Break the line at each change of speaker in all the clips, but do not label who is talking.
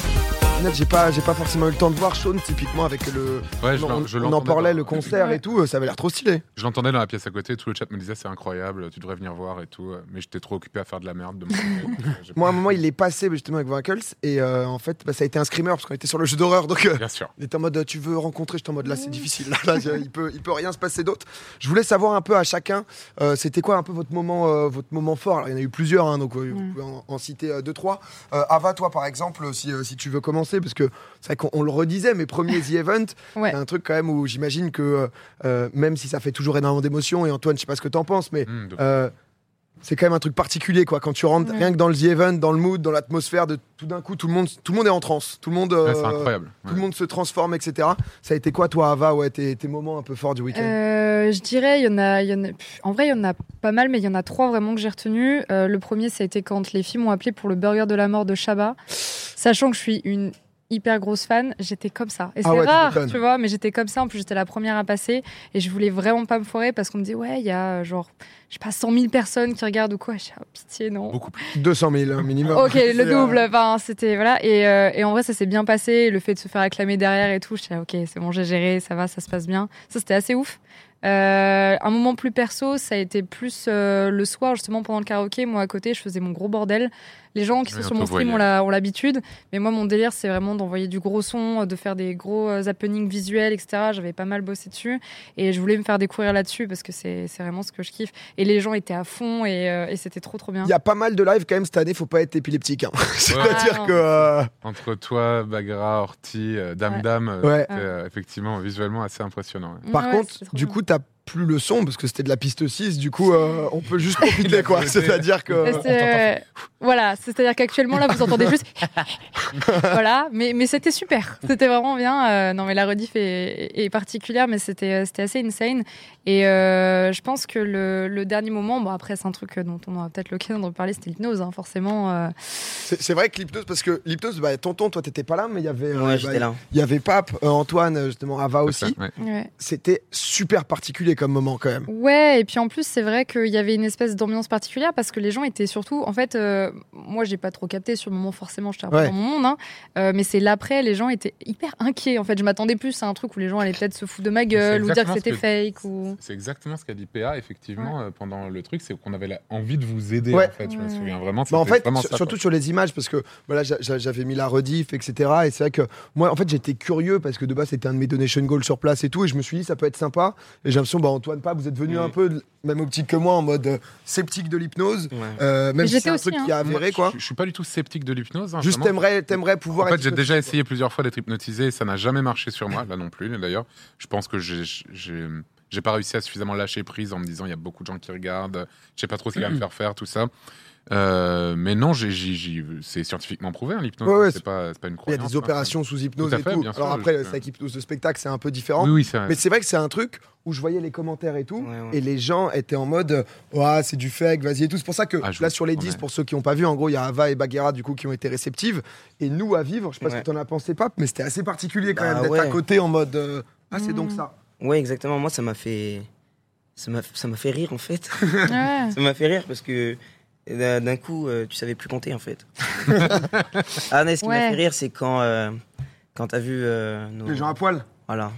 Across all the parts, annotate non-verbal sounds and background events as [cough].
final, j'ai pas, j'ai pas forcément eu le temps de voir Sean, typiquement, avec le.
Ouais, je
on,
l'en- je
on en
l'entendais
parlait,
dans-
le concert et tout, euh, ça avait l'air trop stylé.
Je l'entendais dans la pièce à côté, tout le chat me disait c'est incroyable, tu devrais venir voir et tout. Mais j'étais trop occupé à faire de la merde. De mon
[laughs]
côté, donc, euh, j'ai-
Moi, à un moment, il est passé justement avec Winkles, et euh, en fait, bah, ça a été un screamer parce qu'on était sur le jeu d'horreur, donc. euh, [laughs]
Bien sûr.
Il était en mode tu veux rencontrer, j'étais en mode là c'est difficile, [laughs] là, là, je- il, peut, il peut rien se passer d'autre. Je voulais savoir un peu à chacun, euh, c'était quoi un peu votre moment, euh, votre moment fort Alors, Il y en a eu plusieurs, hein, donc euh, vous pouvez en, en citer euh, deux, trois. Euh, Ava, toi par exemple, si, euh, si tu veux commencer, parce que c'est vrai qu'on on le redisait, mes premiers The Event, il
[laughs] Ouais.
y a un truc quand même où j'imagine que euh, euh, même si ça fait toujours énormément d'émotions, et Antoine, je sais pas ce que t'en penses, mais
Mmh, de-
euh, c'est quand même un truc particulier quoi quand tu rentres
Ouais.
rien que dans le The Event, dans le mood, dans l'atmosphère de tout d'un coup tout le monde tout le monde est en transe, tout le monde
Ouais, c'est
euh,
incroyable.
tout
Ouais.
le monde se transforme etc. Ça a été quoi toi Ava ouais tes, tes moments un peu forts du week-end
Euh, je dirais, il y en a, il y en a- pff, en vrai, il y en a pas mal, mais il y en a trois vraiment que j'ai retenus. Euh, le premier, ça a été quand les filles m'ont appelé pour le burger de la mort de Shabba. Sachant que je suis une hyper grosse fan, j'étais comme ça. Et c'est
Ah ouais, tu
rare,
m'étonnes.
tu vois, mais j'étais comme ça. En plus, j'étais la première à passer et je voulais vraiment pas me foirer parce qu'on me disait, ouais, il y a euh, genre, je sais pas, 100 000 personnes qui regardent ou quoi. Je dis, Ah, pitié, non.
Beaucoup plus.
200 000 hein, minimum.
Ok, le
C'est, euh,
double. Enfin, c'était voilà. Et, euh, et en vrai, ça s'est bien passé. Le fait de se faire acclamer derrière et tout, je suis ok, c'est bon, j'ai géré, ça va, ça se passe bien. Ça, c'était assez ouf. Euh, un moment plus perso, ça a été plus euh, le soir, justement pendant le karaoké. Moi, à côté, je faisais mon gros bordel. Les gens qui
Oui,
sont
on
sur
te
mon stream
voyait.
ont la- ont l'habitude, mais moi, mon délire, c'est vraiment d'envoyer du gros son, euh, de faire des gros euh, happenings visuels, etc. J'avais pas mal bossé dessus et je voulais me faire découvrir là-dessus parce que c'est c'est vraiment ce que je kiffe. Et les gens étaient à fond et, euh, et c'était trop, trop bien.
Il y a pas mal de lives quand même cette année, faut pas être épileptique. hein. [laughs] C'est-à-dire
Ah, non.
que euh,
Entre toi, Bagra, Horty, euh, Dame
Ouais.
Dame, euh,
Ouais.
c'était, euh, effectivement visuellement assez impressionnant. ouais.
par
Ouais,
contre,
c'était trop
du
bien.
coup, t'as plus le son parce que c'était de la piste 6, du coup, euh, on peut juste profiter quoi. C'est-à-dire
Et
que.
c'est, euh, voilà, c'est-à-dire qu'actuellement, là, vous entendez juste. voilà, mais, mais c'était super. C'était vraiment bien. Euh, non, mais la rediff est, est particulière, mais c'était euh, c'était assez insane. Et euh, je pense que le, le dernier moment, bon, après, c'est un truc euh, dont on aura peut-être l'occasion de reparler, c'était l'hypnose, hein, forcément. euh.
C'est c'est vrai que l'hypnose, parce que l'hypnose, bah, tonton, toi t'étais pas là, mais il y avait. euh,
Ouais,
bah,
j'étais là.
Il y avait Pape, euh, Antoine, euh, justement, Ava
C'est
aussi.
ça, ouais.
Ouais.
C'était super particulier comme moment quand même.
Ouais, et puis en plus, c'est vrai qu'il y avait une espèce d'ambiance particulière parce que les gens étaient surtout. En fait, euh, moi, j'ai pas trop capté sur le moment, forcément, j'étais un peu
Ouais.
dans mon monde, hein. Euh, mais c'est l'après, les gens étaient hyper inquiets. En fait, je m'attendais plus à un truc où les gens allaient peut-être se foutre de ma gueule ou dire que
exactement ce
c'était
[laughs]
fake ou.
C'est exactement ce qu'a dit PA, effectivement, euh, pendant le truc, c'est qu'on avait la envie de vous aider,
Ouais.
en fait. Je me
Ouais.
souviens vraiment.
Bah, en
c'était
fait,
vraiment
sur-
ça,
surtout
quoi.
sur les images, parce que voilà, j'a- j'a- j'avais mis la rediff, etc. Et c'est vrai que moi, en fait, j'étais curieux parce que de base, c'était un de mes donation goals sur place et tout. Et je me suis dit, ça peut être sympa. Et j'ai l'impression, bah, Antoine, pas, vous êtes venu
Mm.
un peu, de- même optique que moi, en mode euh, sceptique de l'hypnose.
Ouais.
Euh, même
Mais
si
j'étais
c'est un
aussi,
truc
hein.
qui a avéré, quoi.
Je, je suis pas du tout sceptique de l'hypnose. hein,
Juste,
vraiment.
t'aimerais, t'aimerais pouvoir.
En fait,
être
j'ai
hypnotisé,
déjà
quoi.
essayé plusieurs fois d'être hypnotisé et ça n'a jamais marché sur moi, là non plus d'ailleurs. Je pense que j'ai- j'ai j'ai pas réussi à suffisamment lâcher prise en me disant il y a beaucoup de gens qui regardent, je sais pas trop ce qu'il va me faire faire, tout ça. Euh, mais non, j'ai- j'ai- j'ai- c'est scientifiquement prouvé, hein, l'hypnose,
Ouais, ouais,
c'est pas, c'est pas une
Il y a
croyance.
des
hein.
opérations sous hypnose
Tout à
et
fait,
tout.
bien sûr,
Alors après,
je-
c'est avec hypnose de spectacle, c'est un peu différent.
Oui, oui, c'est
Mais c'est vrai que c'est un truc où je voyais les commentaires et tout,
Ouais, ouais.
et les gens étaient en mode Ouah, c'est du fake, vas-y et tout. C'est pour ça que
Ah, je
là,
vous
sur les
promets.
10, pour ceux qui n'ont pas vu, en gros, il y a Ava et Baguera du coup qui ont été réceptives, et nous à vivre, je sais pas
Ouais.
ce que t'en as pensé, Pape, mais c'était assez particulier quand
Bah
même d'être
ouais.
à côté en mode euh, Ah, c'est
Mm.
donc ça.
Ouais, exactement. Moi, ça m'a fait. Ça m'a ça m'a fait rire, en fait. [laughs]
Ouais.
ça m'a fait rire parce que euh, d'un coup, euh, tu savais plus compter,
[laughs]
en fait. ah, mais ce qui m'a
Ouais.
fait rire, c'est quand, euh, quand t'as vu euh, nos.
Les gens à poil.
Voilà.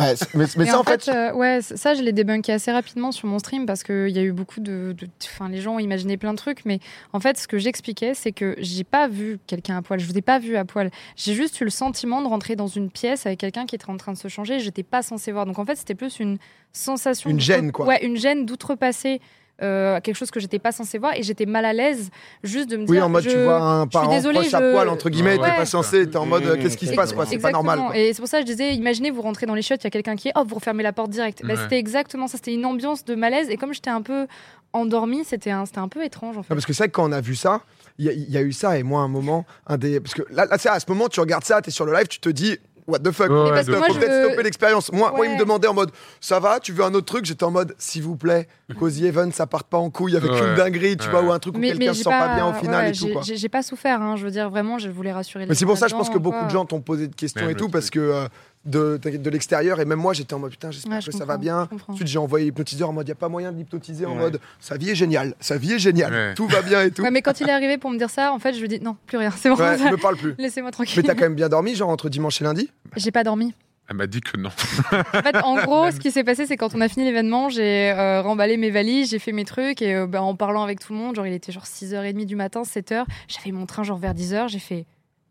Ouais, c'est- mais mais
Et
ça, en fait,
euh, ouais, c- ça, je l'ai débunké assez rapidement sur mon stream parce qu'il y a eu beaucoup de. de- Enfin, les gens ont imaginé plein de trucs, mais en fait, ce que j'expliquais, c'est que j'ai pas vu quelqu'un à poil. Je vous ai pas vu à poil. J'ai juste eu le sentiment de rentrer dans une pièce avec quelqu'un qui était en train de se changer. et J'étais pas censée voir. Donc, en fait, c'était plus une sensation.
Une
d'outre-
gêne, quoi.
Ouais, une gêne d'outrepasser. euh, quelque chose que j'étais pas censée voir et j'étais mal à l'aise juste de me
oui,
dire
en mode
je-
tu vois un
suis
parent
désolée,
proche à
je-
poil, entre guillemets,
Ouais.
t'es pas censé, t'es en mode euh,
Mm,
Qu'est-ce qui se
ok.
passe, quoi, c'est pas
Exactement.
normal. quoi.
Et c'est pour ça que je disais, imaginez vous rentrez dans les chiottes, il y a quelqu'un qui est, oh, vous refermez la porte direct. Bah,
Ouais.
c'était exactement ça, c'était une ambiance de malaise. Et comme j'étais un peu endormie, c'était un, c'était un peu étrange en fait.
Non, parce que c'est vrai que quand on a vu ça, il y, a- il y a eu ça, et moi, un moment, un des. Parce que là, là, c'est à ce moment, tu regardes ça, t'es sur le live, tu te dis, what the fuck
Ouais,
Mais parce
de
que moi,
faut
fou.
je-
peut-être stopper l'expérience. Moi, moi, il me
Ouais.
demandait en mode ça va, tu veux un autre truc J'étais en mode s'il vous plaît, Cozy Evans, ça parte pas en couille avec une
Ouais.
dinguerie, tu
Ouais.
vois, ou un truc où
Mais,
quelqu'un
mais
se
j'ai
sent pas, bien au final
ouais,
et tout.
j'ai-
Quoi.
J'ai j'ai pas souffert, hein. je veux dire vraiment, je voulais rassurer les
Mais c'est
gens
pour ça, je pense que
là-dedans,
beaucoup
quoi.
de gens t'ont posé des questions
Ouais,
et
le
tout, parce que
truc.
euh, de, de l'extérieur. Et même moi, j'étais en mode putain, j'espère
Ouais,
que
je
ça
comprends,
va bien.
je comprends.
Ensuite, j'ai envoyé l'hypnotiseur en mode, il n'y a pas moyen de l'hypnotiser en
Ouais.
mode, sa vie est géniale, sa vie est géniale,
Ouais.
tout va bien et tout.
Ouais, mais quand il est arrivé pour me dire ça, en fait, je lui ai dit non, plus rien, c'est bon,
Ouais,
ça-
me parle plus.
laissez-moi
Mais
tranquille.
t'as quand même bien dormi, genre entre dimanche et lundi
J'ai pas dormi.
Elle m'a dit Ah, bah, que non.
En fait, en gros, ce qui s'est passé, c'est quand on a fini l'événement, j'ai euh, remballé mes valises, j'ai fait mes trucs, et euh, bah, en parlant avec tout le monde, genre il était genre 6h30 du matin, 7h, j'avais mon train genre vers 10h, j'ai fait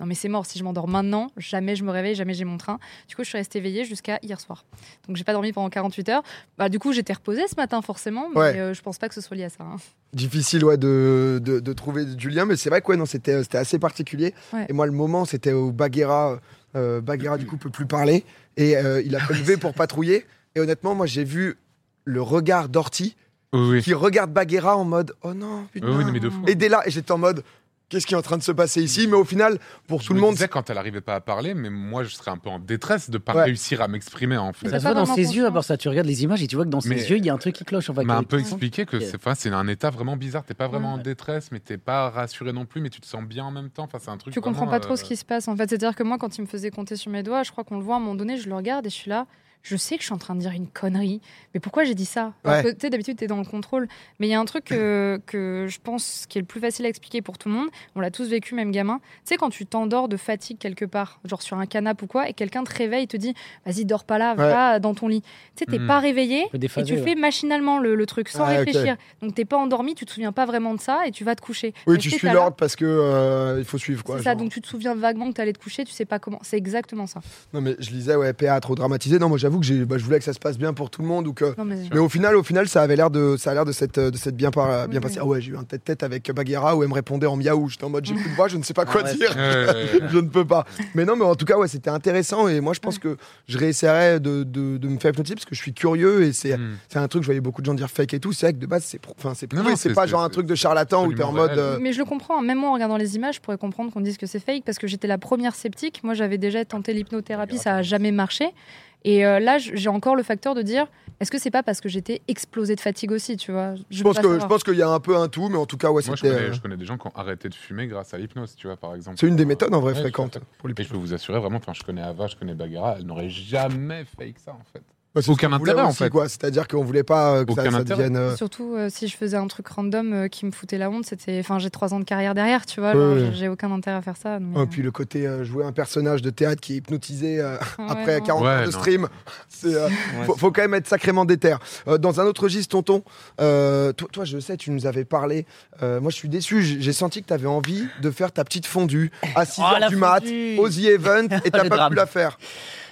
non mais c'est mort, si je m'endors maintenant, jamais je me réveille, jamais j'ai mon train. Du coup, je suis restée éveillée jusqu'à hier soir. Donc j'ai pas dormi pendant 48 heures. Bah, du coup, j'étais reposée ce matin forcément, mais
Ouais.
euh, je pense pas que ce soit lié à ça. hein.
difficile ouais, de, de, de trouver du lien, mais c'est vrai que ouais, non, c'était, euh, c'était assez particulier.
Ouais.
Et moi, le moment, c'était au Baguera. Euh, Baguera, du coup, peut plus parler. Et euh, il a fait lever pour patrouiller. Et honnêtement, moi, j'ai vu le regard d'Orti
Oui,
qui regarde Baguera en mode Oh non,
oui,
putain.
oui, non, mais deux fois.
Aidez-la. Et j'étais en mode Qu'est-ce qui est en train de se passer ici Mais au final, pour
Je
tout le
me
monde.
disais quand elle arrivait pas à parler, mais moi je serais un peu en détresse de pas
Ouais.
réussir à m'exprimer en fait.
T'as
Ça se
pas
voit dans
vraiment
ses yeux,
conscience.
d'abord ça. Tu regardes les images et tu vois que dans ses
Mais-
yeux, il y a un truc qui cloche. Enfin,
m'a un
que-
peu expliqué que c'est enfin, c'est un état vraiment bizarre. T'es pas vraiment
Ouais.
en détresse, mais t'es pas rassuré non plus, mais tu te sens bien en même temps. Enfin, c'est un truc.
Tu comprends
vraiment,
pas trop
euh,
ce qui se passe en fait. C'est-à-dire que moi, quand il me faisait compter sur mes doigts, je crois qu'on le voit à un moment donné, je le regarde et je suis là. Je sais que je suis en train de dire une connerie, mais pourquoi j'ai dit ça Parce que tu sais, d'habitude, tu es dans le contrôle. Mais il y a un truc que, que je pense qui est le plus facile à expliquer pour tout le monde. On l'a tous vécu, même gamin. Tu sais, quand tu t'endors de fatigue quelque part, genre sur un canapé ou quoi, et quelqu'un te réveille, te dit Vas-y, dors pas là, va dans ton lit. Tu sais, t'es
Mhm.
pas réveillé,
peut
et
déphaser,
tu
ouais.
fais machinalement le, le truc sans
Ah, ok.
réfléchir. Donc t'es pas endormi, tu te souviens pas vraiment de ça et tu vas te coucher.
Oui,
Mais
tu
sais,
suis
t'as là-
l'ordre parce que euh, il faut suivre. Quoi,
c'est ça,
genre.
donc tu te souviens vaguement que tu allais te coucher, tu sais pas comment. C'est exactement ça.
Non, mais je lisais, ouais, PA trop dramatisé. Non, moi, j'avoue que j'ai, bah, je voulais que ça se passe bien pour tout le monde ou que
Non, mais...
Mais au final, au final, ça avait l'air de, ça a l'air de cette, de cette bien, par, bien
Oui,
passé.
oui.
Ah ouais, j'ai eu un tête-tête avec Baguera où elle me répondait en miaou. J'étais en mode, j'ai plus de voix, je ne sais pas quoi
Ah ouais.
dire. [laughs]
euh,
Je ne peux pas. Mais non, mais en tout cas, ouais, c'était intéressant. Et moi, je pense que je réessayerais de, de, de me faire hypnotiser parce que je suis curieux et c'est,
hmm.
c'est un truc, je voyais beaucoup de gens dire fake et tout. C'est vrai que de base, c'est, pro- enfin, c'est,
Non,
prouvé,
non,
c'est
c'est-
pas
c'est-
genre un
c'est-
truc de
c'est
charlatan où t'es en
absolument
mode.
réel.
euh,
mais je le comprends, hein. même moi en regardant les images, je pourrais comprendre qu'on dise que c'est fake parce que j'étais la première sceptique. Moi j'avais déjà
Ah,
tenté l'hypnothérapie, ça a jamais marché. Et euh, là, j- j'ai encore le facteur de dire est-ce que c'est pas parce que j'étais explosée de fatigue aussi, tu vois
je pense
peux pas
que, je
savoir.
pense qu'il y a un peu un tout, mais en tout cas, ouais,
Moi, je
c'était.
connais,
euh,
je connais des gens qui ont arrêté de fumer grâce à l'hypnose, tu vois, par exemple.
C'est une des
Euh,
méthodes en vrai
ouais,
fréquentes
tout à fait.
pour les
Et je peux vous assurer, vraiment, quand je connais Ava, je connais Bagheera, elle n'aurait jamais fait ça, en fait.
Bah, c'est ce
Aucun
qu'on voulait
intérêt, en
aussi,
fait.
quoi. C'est-à-dire qu'on voulait pas euh, que ça,
Aucun
ça
intérêt.
devienne. euh,
Surtout euh, si je faisais un truc random euh, qui me foutait la honte, c'était. Enfin, j'ai trois ans de carrière derrière, tu vois,
Ouais,
genre,
ouais.
j'ai aucun intérêt à faire ça. donc,
Ah,
euh,
puis le côté euh, jouer un personnage de théâtre qui est hypnotisé euh,
[laughs] ouais,
après
non.
40 heures
Ouais,
de
non.
stream, [laughs] c'est, euh,
Ouais,
faut, faut quand même être sacrément déter. Euh, dans un autre registre, tonton, euh, toi, toi, je sais, tu nous avais parlé. euh, moi, je suis déçu. J'ai j'ai senti que tu avais envie de faire ta petite fondue à 6
Oh,
heures
la
du mat,
fondue
au The
[laughs]
Event, et t'as
Le
pas
drame.
pu la faire.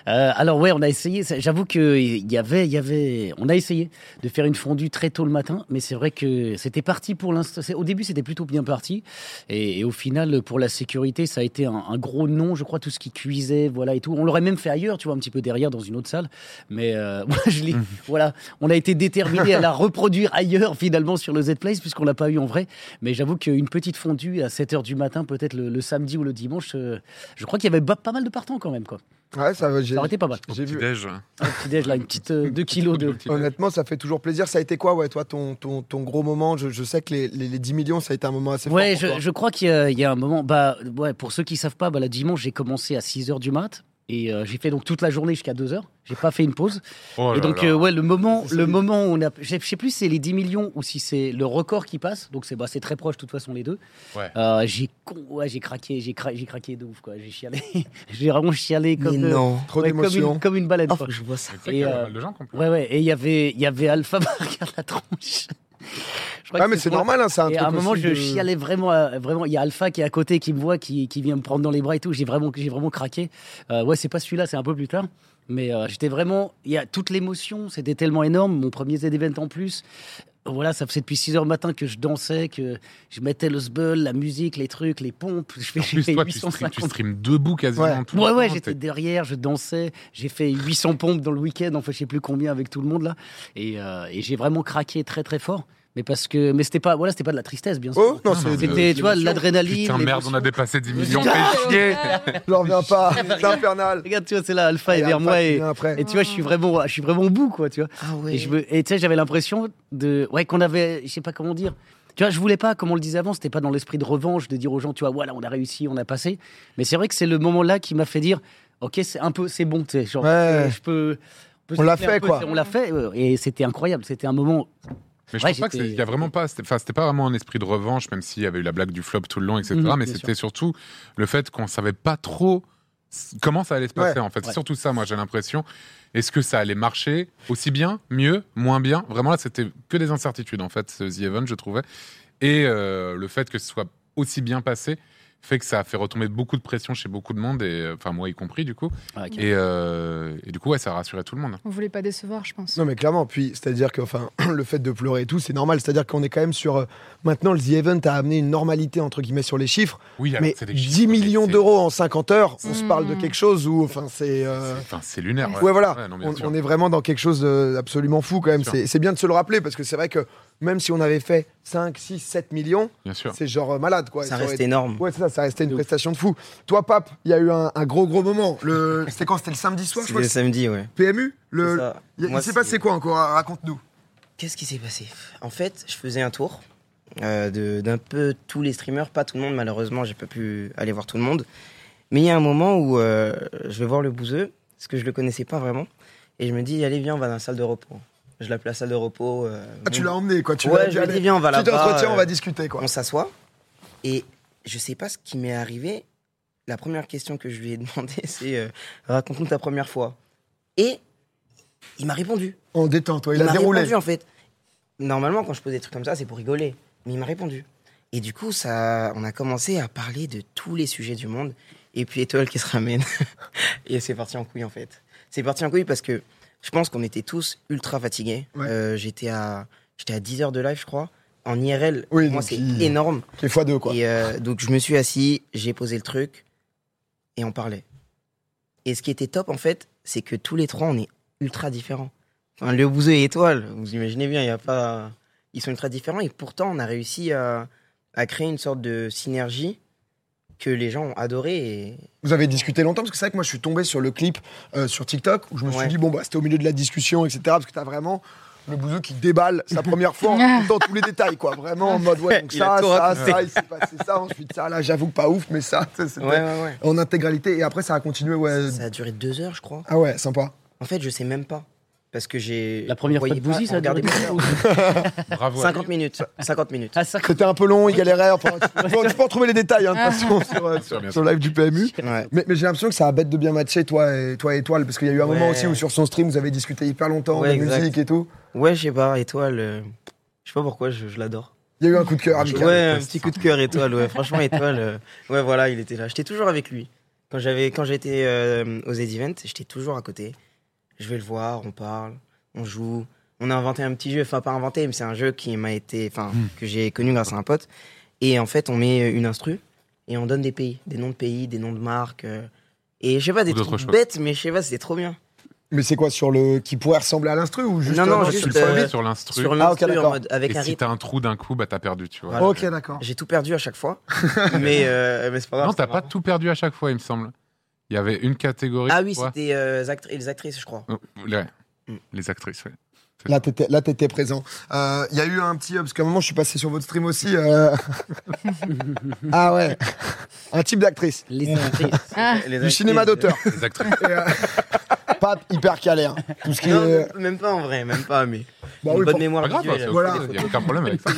Euh, alors ouais, on a essayé. ça- J'avoue que il y avait, il y avait, on a essayé de faire une fondue très tôt le matin, mais c'est vrai que c'était parti pour l'instant. c'est- Au début, c'était plutôt bien parti, et, et au final, pour la sécurité, ça a été un, un gros non. Je crois tout ce qui cuisait, voilà et tout. On l'aurait même fait ailleurs, tu vois, un petit peu derrière dans une autre salle, mais euh, [laughs] moi, je l'ai- voilà, on a été déterminé à la reproduire ailleurs finalement sur le Z Place puisqu'on l'a pas eu en vrai. Mais j'avoue qu'une petite fondue à 7 h du matin, peut-être le, le samedi ou le dimanche, euh, je crois qu'il y avait ba- pas mal de partants quand même quoi.
Ouais, ça, va, j'ai-
Ça aurait été pas mal.
j'ai vu.
Petit-déj.
Un petit déj là, une petite 2 kilos de.
Honnêtement, ça fait toujours plaisir. Ça a été quoi, ouais, toi, ton, ton, ton gros moment je, je sais que les, les, les 10 millions, ça a été un moment assez fort.
Ouais,
pour
je,
toi.
je crois qu'il y, a- il y a un moment. Bah, ouais, pour ceux qui savent pas, bah, là, dimanche, j'ai commencé à 6 h du mat. Et euh, j'ai fait donc toute la journée jusqu'à 2 h J'ai pas fait une pause.
Oh là
et donc,
là.
euh, ouais, le moment,
C'est
le
solide.
moment où on a. Je sais plus si c'est les 10 millions ou si c'est le record qui passe. Donc, c'est bah, c'est très proche, de toute façon, les deux.
Ouais.
Euh, j'ai con- ouais, j'ai craqué, j'ai cra- j'ai craqué de ouf, quoi. J'ai chialé. [laughs] j'ai vraiment chialé
Mais
comme, euh,
non.
Trop
ouais, comme
d'émotions. Oh.
une, comme une balade.
Ah, faut
quoi.
que je vois ça.
C'est vrai qu'il y a
et,
pas
euh,
mal de gens qui ont pleuré.
Ouais, ouais. Et il y avait, il y avait Alpha [laughs] Bar, regarde la tronche. Je crois
Ah,
que
mais
ce
c'est
soir-
normal, hein, c'est un
et
truc.
à un moment,
aussi
je
de-
chialais vraiment, euh, vraiment. Il y a Alpha qui est à côté, qui me voit, qui, qui vient me prendre dans les bras et tout. J'ai vraiment, j'ai vraiment craqué. Euh, ouais, c'est pas celui-là, c'est un peu plus tard. Mais euh, j'étais vraiment. Il y a toute l'émotion, c'était tellement énorme. Mon premier Z-Event en plus. Voilà, ça faisait depuis 6 heures matin que je dansais, que je mettais le sbul, la musique, les trucs, les pompes. Je [laughs] fais,
En
j'ai
plus,
fait
toi, tu stream,
850.
tu stream debout quasiment
Ouais.
tout le
Ouais, ouais,
temps,
j'étais
t'es-
derrière, je dansais, j'ai fait 800 pompes dans le week-end, enfin je sais plus combien avec tout le monde là, et, euh, et j'ai vraiment craqué très très fort, mais parce que, mais c'était pas, voilà, c'était pas de la tristesse bien sûr.
Oh, non,
[laughs]
Non,
c'est
mais
de-
C'était,
de
tu vois,
l'émotion.
l'adrénaline.
Putain, merde,
l'émotion.
on a dépassé 10 millions.
Putain,
Fais chier.
J'en reviens pas, c'est infernal.
Regarde, tu vois, c'est là, Alpha est
Et
vers
Alpha
moi
qui
et,
vient après.
et tu vois, je suis vraiment, je suis vraiment au bout, quoi, tu vois.
Ah ouais.
Et je me- et tu sais, j'avais l'impression de, ouais, qu'on avait, je sais pas comment dire. Tu vois, je voulais pas, comme on le disait avant, c'était pas dans l'esprit de revanche de dire aux gens, tu vois, voilà, on a réussi, on a passé. Mais c'est vrai que c'est le moment là qui m'a fait dire, ok, c'est un peu, c'est bon, tu sais, genre,
Ouais.
euh, je peux. peut
On l'a
souffler un
fait,
peu,
quoi.
tu sais, On l'a fait, euh, et c'était incroyable. C'était un moment.
Mais je
Ouais,
pense pas que
j'étais-
c'est- il y a vraiment pas. c'était- Enfin, c'était pas vraiment un esprit de revanche, même s'il y avait eu la blague du flop tout le long, etc.
Mhm,
mais
bien
c'était surtout le fait qu'on savait pas trop s- comment ça allait se passer.
Ouais.
En fait, c'est
Ouais.
surtout ça. Moi, j'ai l'impression. Est-ce que ça allait marcher aussi bien, mieux, moins bien Vraiment, là, c'était que des incertitudes. En fait, ce The Event, je trouvais. Et euh, le fait que ce soit aussi bien passé fait que ça a fait retomber beaucoup de pression chez beaucoup de monde, et euh, enfin moi y compris du coup.
Ah, ok.
Et, euh, et du coup, ouais, ça a rassuré tout le monde. hein.
On voulait pas décevoir, je pense.
Non mais clairement, puis c'est-à-dire que enfin, [clears throat] le fait de pleurer et tout, c'est normal, c'est-à-dire qu'on est quand même sur... euh, maintenant, le The Event a amené une normalité, entre guillemets, sur les chiffres,
Oui, alors
mais
c'est des
10
chiffres, mais
millions
c'est-
d'euros en 50 heures, on se
Mm.
parle de quelque chose où, enfin, c'est... euh,
Enfin, c'est lunaire.
Ouais, voilà,
non, bien
on,
sûr.
on est vraiment dans quelque chose de- d'absolument fou quand même,
Bien
c'est c'est bien de se le rappeler, parce que c'est vrai que même si on avait fait 5, 6, 7 millions,
Bien sûr.
c'est genre euh, malade, quoi.
Ça
aurait
reste
été-
énorme.
Ouais, c'est ça, ça restait une
De ouf.
prestation de fou. Toi, Pape, il y a eu un, un gros, gros moment.
[laughs]
Le... C'était quand C'était le samedi soir, je
C'était
crois
le
que
samedi, ouais.
c'était PMU
C'est
le...
ça.
Il, il
Moi,
s'est
c'est-
passé quoi encore Raconte-nous.
Qu'est-ce qui s'est passé En fait, je faisais un tour euh, de- d'un peu tous les streamers, pas tout le monde malheureusement, j'ai pas pu aller voir tout le monde. Mais il y a un moment où euh, je vais voir le bouseux, parce que je le connaissais pas vraiment, et je me dis allez viens on va dans la salle de repos. Je l'appelle la salle de repos. euh,
Ah, tu
bon-
l'as emmené, quoi. Tu l'as
Ouais,
dit,
je lui ai
allez,
dit viens on va
Tu
là-bas.
t'entretiens,
euh,
on va discuter, quoi.
on s'assoit et je sais pas ce qui m'est arrivé. La première question que je lui ai [laughs] demandé, c'est euh, raconte-nous ta première fois. Et il m'a répondu.
En détente, ouais, il,
Il
a
m'a
déroulé.
répondu en fait. Normalement, quand je pose des trucs comme ça, c'est pour rigoler. Mais il m'a répondu. Et du coup, ça, on a commencé à parler de tous les sujets du monde. Et puis Étoile qui se ramène. [laughs] et c'est parti en couille en fait. C'est parti en couille parce que je pense qu'on était tous ultra fatigués.
Ouais.
Euh, j'étais à, j'étais à 10 heures de live, je crois. En IRL,
Oui,
pour moi,
donc
c'est
il-
énorme.
C'est fois deux, quoi.
Et euh, donc je me suis assis, j'ai posé le truc et on parlait. Et ce qui était top en fait, c'est que tous les trois on est ultra différents. Enfin, Léo Bouzeux et Étoile, vous imaginez bien, il y a pas, ils sont ultra différents et pourtant on a réussi à, à créer une sorte de synergie que les gens ont adoré. Et...
Vous avez discuté longtemps, parce que c'est vrai que moi, je suis tombé sur le clip euh, sur TikTok, où je me
Ouais.
suis dit, bon, bah, c'était au milieu de la discussion, etc. Parce que t'as vraiment le bouseux qui déballe sa première fois en racontant tous les détails, quoi. Vraiment en mode, ouais, donc
[laughs] Il a
ça,
tout
ça,
raconté.
ça, il s'est passé ça, ensuite ça, là, j'avoue que pas ouf, mais ça, [laughs] ça, c'était
ouais, ouais.
en intégralité. Et après, ça a continué, ouais.
Ça a duré deux heures, je crois.
Ah ouais, sympa.
En fait, je sais même pas parce que j'ai
La première fois de
voyez pas,
Bouzy, ça a duré
regardez pas.
combien
[laughs]
Bravo. à
50
lui.
minutes, 50 minutes.
[laughs] Ah, 50
C'était un peu long, il galérait. Enfin, tu, peux, tu peux retrouver les détails, hein, de toute façon, sur, euh,
sûr, bien
sur le live du PMU.
Ouais.
Mais, mais j'ai l'impression que ça a bête de bien matcher, toi et, toi et Étoile, parce qu'il y a eu un
Ouais.
moment aussi où sur son stream, vous avez discuté hyper longtemps
Ouais,
de
exact.
musique et tout.
Ouais, je sais pas, étoile, euh, je sais pas pourquoi, je, je l'adore.
Il y a eu un coup de cœur
Ouais,
amical.
un petit coup de cœur, étoile, ouais. Franchement, étoile, euh, ouais, voilà, il était là. J'étais toujours avec lui. Quand j'avais, quand j'étais euh, aux Z Event, j'étais toujours à côté. Je vais le voir, on parle, on joue. On a inventé un petit jeu, enfin pas inventé, mais c'est un jeu qui m'a été, enfin
Hmm.
que j'ai connu grâce à un pote. Et en fait, on met une instru et on donne des pays, des noms de pays, des noms de marques. euh, et je sais pas, des
Ou d'autres
trucs
choses.
bêtes, mais je sais pas, c'était trop bien.
Mais c'est quoi sur le qui pourrait ressembler à l'instru ou juste
Non, non,
euh,
je
Tu
sur
le
suis,
premier
euh,
fais sur l'instru.
Sur
Ah, ok,
l'instru, en
d'accord.
mode avec
Et
un
si
rythme.
t'as un trou d'un coup, bah t'as perdu, tu vois.
Voilà.
Ok, d'accord.
J'ai tout perdu à chaque
[laughs]
fois, mais, euh, mais c'est pas grave.
Non,
c'est
t'as pas
marrant.
tout perdu à chaque fois, il me semble. Il y avait une catégorie.
Ah
je
oui,
crois.
c'était euh, les actri- les actrices, je crois.
Oh, ouais.
Mm.
Les actrices, ouais.
Là, t'étais, là, t'étais présent. Euh, Il y a eu un petit. euh, Parce qu'à un moment, je suis passé sur votre stream aussi.
[laughs]
euh, ah ouais. Un type d'actrice. [laughs]
[laughs] les actrices.
Ah,
Les
Du
actrices,
cinéma
euh,
d'auteur.
Les actrices.
Et, euh, Pape hyper calé. hein. Tout ce qui
Non,
est.
même pas en vrai, même pas, mais.
Bah
une
oui,
bonne
pour-
mémoire
Pas grave, hein,
visuelle.
c'est
Voilà.
ok, il y a aucun problème avec ça.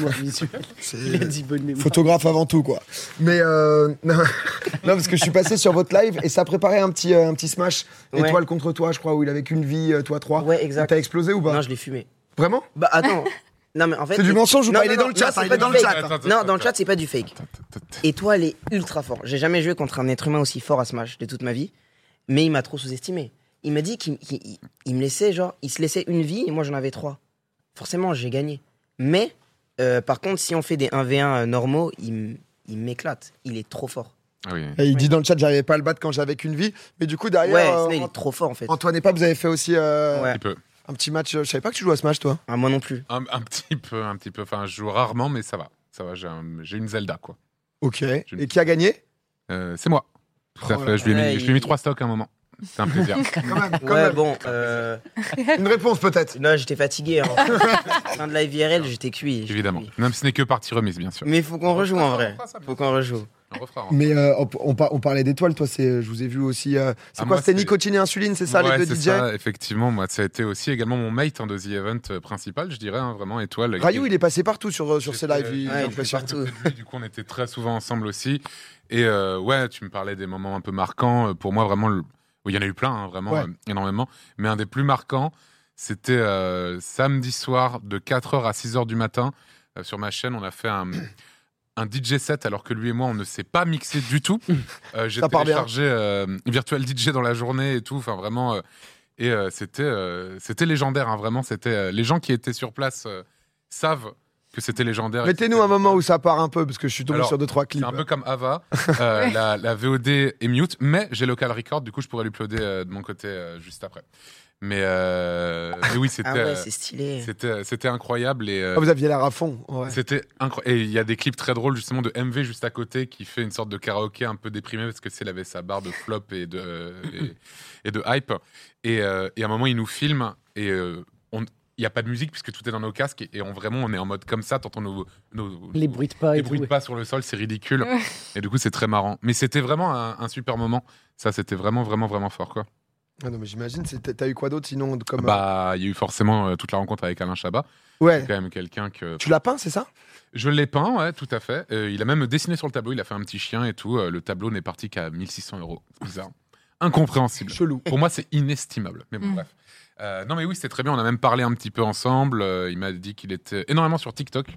c'est-
Il a dit bonne mémoire.
Photographe avant tout, quoi. Mais euh, [laughs] non, non, parce que je suis passé sur votre live et ça préparait un petit, euh, un petit smash
Ouais.
étoile contre toi, je crois, où il avait qu'une vie, euh, toi trois.
Ouais, exact.
T'as explosé ou pas
Non, je l'ai fumé.
Vraiment
Bah
[laughs]
attends. Non, mais en fait.
C'est du mensonge ou
Non,
pas Il
non,
est dans
non,
le chat,
non,
hein,
c'est
il
pas
est
du
dans le
fake.
chat. hein.
Non, dans le chat, c'est pas du fake.
Attends, attends, attends.
Et toi, elle est ultra fort. J'ai jamais joué contre un être humain aussi fort à Smash de toute ma vie, mais il m'a trop sous-estimé. Il m'a dit qu'il qu'il- il- il me laissait, genre, il se laissait une vie et moi j'en avais trois. Forcément, j'ai gagné. Mais, euh, par contre, si on fait des 1v1 euh, normaux, il m- il m'éclate. Il est trop fort.
Ah oui.
Et il dit dans le chat, j'arrivais pas à le battre quand j'avais qu'une vie. Mais du coup, derrière,
ouais,
euh,
sinon, il est trop fort en fait.
Antoine et Pape, vous avez fait aussi euh,
Ouais.
Un petit peu.
un petit match. euh, Je savais pas que tu jouais à Smash, toi.
Ah, moi
[laughs]
non plus.
Un, un petit peu, un petit peu. Enfin, je joue rarement, mais ça va. Ça va, j'ai un- j'ai une Zelda, quoi.
Ok.
Je-
Et qui a gagné
Euh, c'est moi. Tout à
Oh
fait. Je lui ai mis,
là.
je lui ai mis
Ouais,
trois stocks à un moment. C'est un
[laughs]
plaisir.
Quand même, quand
Ouais,
même.
bon, euh,
Une réponse peut-être.
non, j'étais fatigué. hein. fin de la IRL, j'étais cuit. j'étais
Évidemment.
cuit.
Même si ce n'est que partie remise, bien sûr.
Mais faut qu'on rejoue en vrai.
On refera ça, bien
Faut
sûr.
qu'on rejoue.
On refera, hein.
Mais euh, on, on par- on parlait d'étoiles, toi, c'est, je vous ai vu aussi. euh, c'est
Ah,
quoi
moi,
C'était
c'est-
nicotine et insuline, c'est ça
Ouais,
les deux
c'est
DJ
ça, effectivement, moi, ça a été aussi également mon mate hein, de The Event euh, principal, je dirais, hein, vraiment étoile.
Rayou, il est passé partout sur, euh, sur ses
J'étais-
lives. il-
j'étais
Ouais,
j'ai
il est
l'impression.
partout.
Côté de lui, du coup, on était très souvent ensemble aussi. Et euh, ouais, tu me parlais des moments un peu marquants. Euh, Pour moi, vraiment, le- il y en a eu plein, hein, vraiment,
Ouais.
euh, énormément. Mais un des plus marquants, c'était euh, samedi soir de 4h à 6h du matin. Euh, sur ma chaîne, on a fait un, un DJ set alors que lui et moi, on ne s'est pas mixé du tout. Euh,
[laughs]
J'ai
Ça part bien.
téléchargé euh, Virtual DJ dans la journée et tout. Enfin, vraiment. euh, et euh, c'était euh, c'était légendaire, hein, vraiment. C'était euh, les gens qui étaient sur place euh, savent que c'était légendaire.
Mettez-nous un moment où ça part un peu, parce que je suis tombé
Alors,
sur deux trois
C'est
clips.
un peu comme
[laughs]
Ava, euh, la, la VOD est mute, mais j'ai local record, du coup je pourrais l'uploader euh, de mon côté euh, juste après. Mais, euh, mais oui, c'était
Ah ouais,
euh,
c'est stylé.
c'était- c'était incroyable et euh,
Ah, vous aviez l'air à fond. ouais.
c'était incro- Et il y a des clips très drôles justement de MV juste à côté qui fait une sorte de karaoké un peu déprimé parce que c'est avait sa barre de flop et de
[laughs]
et, et de hype. Et, euh, et à un moment il nous filme et euh, on- il n'y a pas de musique puisque tout est dans nos casques et, et on vraiment on est en mode comme ça, t'entends nos, nos-
Les
nos-
bruits de pas
les
et tout.
bruits de
ouais.
pas sur le sol, c'est ridicule.
Ouais.
et du coup, c'est très marrant. Mais c'était vraiment un, un super moment. Ça, c'était vraiment, vraiment, vraiment fort, quoi.
Ah non, mais j'imagine, c'est- t'as- t'as eu quoi d'autre sinon comme,
Bah, il y a eu forcément euh, toute la rencontre avec Alain Chabat.
euh, Ouais.
C'est quand même quelqu'un que
Tu l'as peint, c'est ça
je l'ai peint, ouais, tout à fait. Euh, il a même dessiné sur le tableau. Il a fait un petit chien et tout. Euh, le tableau n'est parti qu'à 1600 euros. C'est Bizarre, incompréhensible.
Chelou.
Pour moi, c'est inestimable. Mais bon,
Mm.
bref. Euh, non, mais oui, c'était très bien. On a même parlé un petit peu ensemble. Euh, il m'a dit qu'il était énormément sur TikTok.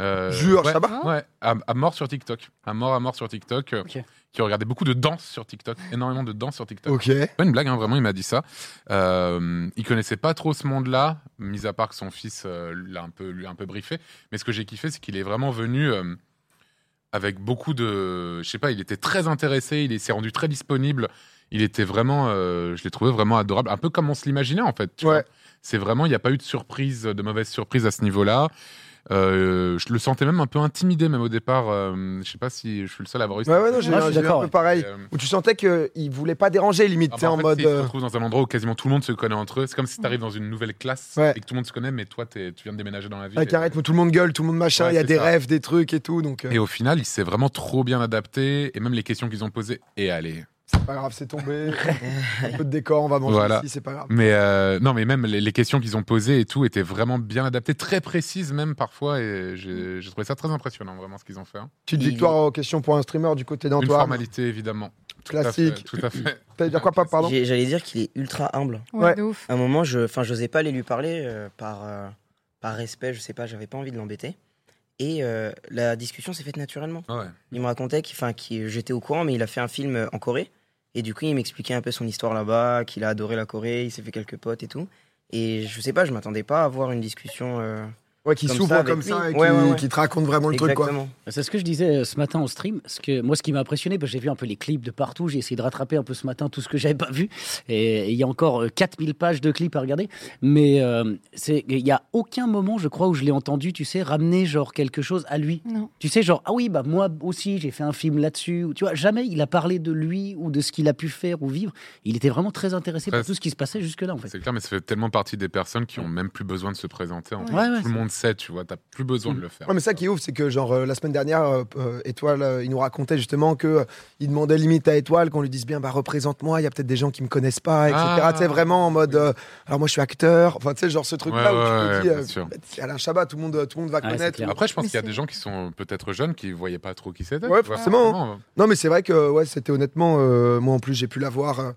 Euh,
Jure,
ouais.
Chabat
Ouais, à, à mort sur TikTok. À mort, à mort sur TikTok. euh,
Ok.
Qui regardait beaucoup de danse sur TikTok. Énormément de danse sur TikTok.
Ok.
C'est Pas une blague, hein, vraiment, il m'a dit ça. Euh, il connaissait pas trop ce monde-là, mis à part que son fils euh, l'a un peu, lui a un peu briefé. Mais ce que j'ai kiffé, c'est qu'il est vraiment venu euh, avec beaucoup de. Je sais pas, il était très intéressé, il est- s'est rendu très disponible. Il était vraiment. euh, je l'ai trouvé vraiment adorable, un peu comme on se l'imaginait en fait. tu
Ouais.
vois. C'est vraiment, il n'y a pas eu de surprise, de mauvaise surprise à ce niveau-là. Euh, je le sentais même un peu intimidé, même au départ. Euh, je sais pas si Ah, je suis le seul à avoir eu
Ouais, ouais, non, j'ai
Moi, je suis
j'ai eu un
d'accord,
peu
ouais.
pareil.
Euh,
Où tu sentais qu'il voulait pas déranger, limite,
ah
t'es
bah, en
en
fait,
mode.
c'est- Tu te
euh, Mm.
retrouves dans un endroit où quasiment tout le monde se connaît entre eux. C'est comme si tu arrives dans une nouvelle classe
Ouais. Ah,
et que tout le monde se connaît, mais toi, t'es- tu viens de déménager dans la ville.
Avec
Et-
un rythme où tout le monde gueule, tout le monde machin, il
Ouais,
y a
c'est
des
ça.
rêves, des trucs et tout, donc euh,
Et au final, il s'est vraiment trop bien adapté. Et même les questions qu'ils ont posées, et allez.
c'est pas grave, c'est tombé. un peu de décor, on va manger
Voilà.
ici, c'est pas grave.
Mais euh, non, mais même les, les questions qu'ils ont posées et tout étaient vraiment bien adaptées, très précises même parfois. Et
Mm.
j'ai j'ai trouvé ça très impressionnant, vraiment, ce qu'ils ont fait. hein.
Petite
Il-
victoire aux questions pour un streamer du côté
Une
d'Antoine.
formalité, évidemment. Tout à fait,
Classique.
Tout
[laughs]
à fait.
T'allais dire quoi, pas pardon
J'ai- J'allais dire qu'il est ultra humble.
Ouais,
Ouais.
de ouf.
À un moment, je, enfin, j'osais pas aller lui parler euh, par, euh, par respect, je sais pas, j'avais pas envie de l'embêter. Et euh, la discussion s'est faite naturellement.
Ouais.
Il me racontait qu'il, enfin, qu'il- j'étais au courant, mais il a fait un film euh, en Corée. Et du coup, il m'expliquait un peu son histoire là-bas, qu'il a adoré la Corée, il s'est fait quelques potes et tout. Et je sais pas, je m'attendais pas à avoir une discussion. euh,
Ouais, qui
Comme
s'ouvre
ça,
comme,
avec lui.
ça et
Ouais,
qui,
ouais, ouais.
qui te raconte vraiment le truc, quoi.
exactement.
C'est ce que je disais euh, ce matin en stream. Parce que moi, ce qui m'a impressionné, parce que j'ai vu un peu les clips de partout, j'ai essayé de rattraper un peu ce matin tout ce que j'avais pas vu. Et et il y a encore euh, 4000 pages de clips à regarder. Mais euh, c'est- il n'y a aucun moment, je crois, où je l'ai entendu, tu sais, ramener genre quelque chose à lui.
Non.
Tu sais, genre, ah oui, bah moi aussi, j'ai fait un film là-dessus. Ou Tu vois, jamais il a parlé de lui ou de ce qu'il a pu faire ou vivre. Il était vraiment très intéressé par
Presque.
tout ce qui se passait jusque-là, en fait.
C'est clair, mais ça fait tellement partie des personnes qui ont même plus besoin de se présenter. en fait.
Ouais, ouais.
Tout le monde sait, tu vois, t'as plus besoin de le faire.
Ouais, Mm. mais ça qui est ouf, c'est que genre euh, la semaine dernière, euh, euh, Étoile, euh, il nous racontait justement que euh, il demandait limite à Étoile qu'on lui dise bien, bah représente-moi, il y a peut-être des gens qui me connaissent pas, etc.
Ah.
Tu sais, vraiment en mode, euh, alors moi je suis acteur, enfin tu sais, genre ce truc-là
Ouais,
où
ouais,
tu te dis,
ouais,
euh,
bien sûr.
bah, c'est Alain Chabat, tout le monde, tout le monde va
Ouais, c'est
connaître.
clair.
Après, je pense
Mais
qu'il y a
c'est-
des gens qui sont peut-être jeunes qui voyaient pas trop qui c'était.
Ouais,
tu vois.
forcément.
Vraiment.
Non, mais c'est vrai que ouais, c'était honnêtement, euh, moi en plus, j'ai pu la voir euh,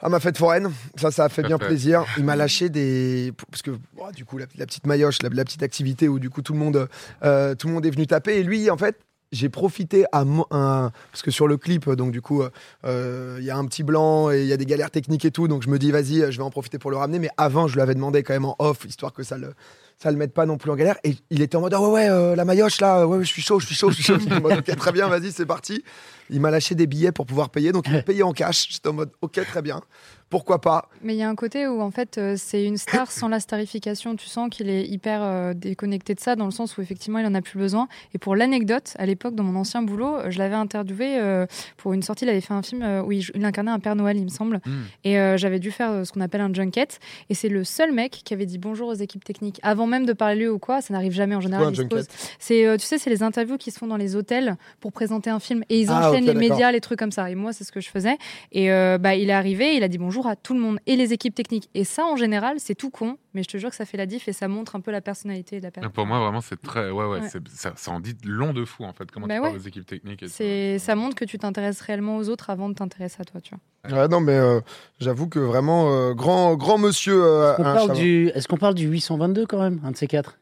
à ma fête foraine. Ça, ça a fait bien
Parfait.
plaisir. Il m'a lâché des. Parce que, oh, du coup, la, la petite maillotche, la, la petite activité où, du coup, tout le monde, euh, tout le monde est venu taper. Et lui, en fait. J'ai profité à mo- un parce que sur le clip donc du coup euh, euh, il y a un petit blanc et il y a des galères techniques et tout donc je me dis vas-y euh, je vais en profiter pour le ramener mais avant je lui avais demandé quand même en off histoire que ça le ça le mette pas non plus en galère et il était en mode ah ouais ouais euh, la maillotche là ouais, ouais, je suis chaud je suis chaud je suis chaud J'étais en mode, Ok, très bien vas-y c'est parti il m'a lâché des billets pour pouvoir payer, donc il m'a payé en cash. J'étais en mode, ok, très bien. pourquoi pas
Mais il y a un côté où en fait euh, c'est une star sans la starification. Tu sens qu'il est hyper euh, déconnecté de ça dans le sens où effectivement il en a plus besoin. Et pour l'anecdote, à l'époque dans mon ancien boulot, euh, je l'avais interviewé euh, pour une sortie. Il avait fait un film euh, où il, jou- il incarnait un Père Noël, il me semble.
Mm.
Et euh, j'avais dû faire euh, ce qu'on appelle un junket. Et c'est le seul mec qui avait dit bonjour aux équipes techniques avant même de parler ou quoi. Ça n'arrive jamais en général.
un
ils se
junket
posent. C'est euh, tu sais c'est les interviews qui se font dans les hôtels pour présenter un film et ils
Ah,
enchaînent
ok,
les
d'accord.
médias, les trucs comme ça. Et moi c'est ce que je faisais. Et euh, bah, il est arrivé, il a dit bonjour à tout le monde et les équipes techniques. Et ça, en général, c'est tout con, mais je te jure que ça fait la diff et ça montre un peu la personnalité de la personne.
Pour moi, vraiment, c'est très. Ouais, ouais,
Ouais.
c'est- Ça, ça en dit long de fou, en fait. Comment
Bah
tu
ouais.
parles aux équipes techniques et tout.
C'est, ça montre que tu t'intéresses réellement aux autres avant de t'intéresser à toi, tu vois.
Ouais, non mais euh, j'avoue que vraiment euh, grand grand monsieur euh,
On
Alain
parle
Chabat.
du- Est-ce qu'on parle du 822 quand même, un de ces quatre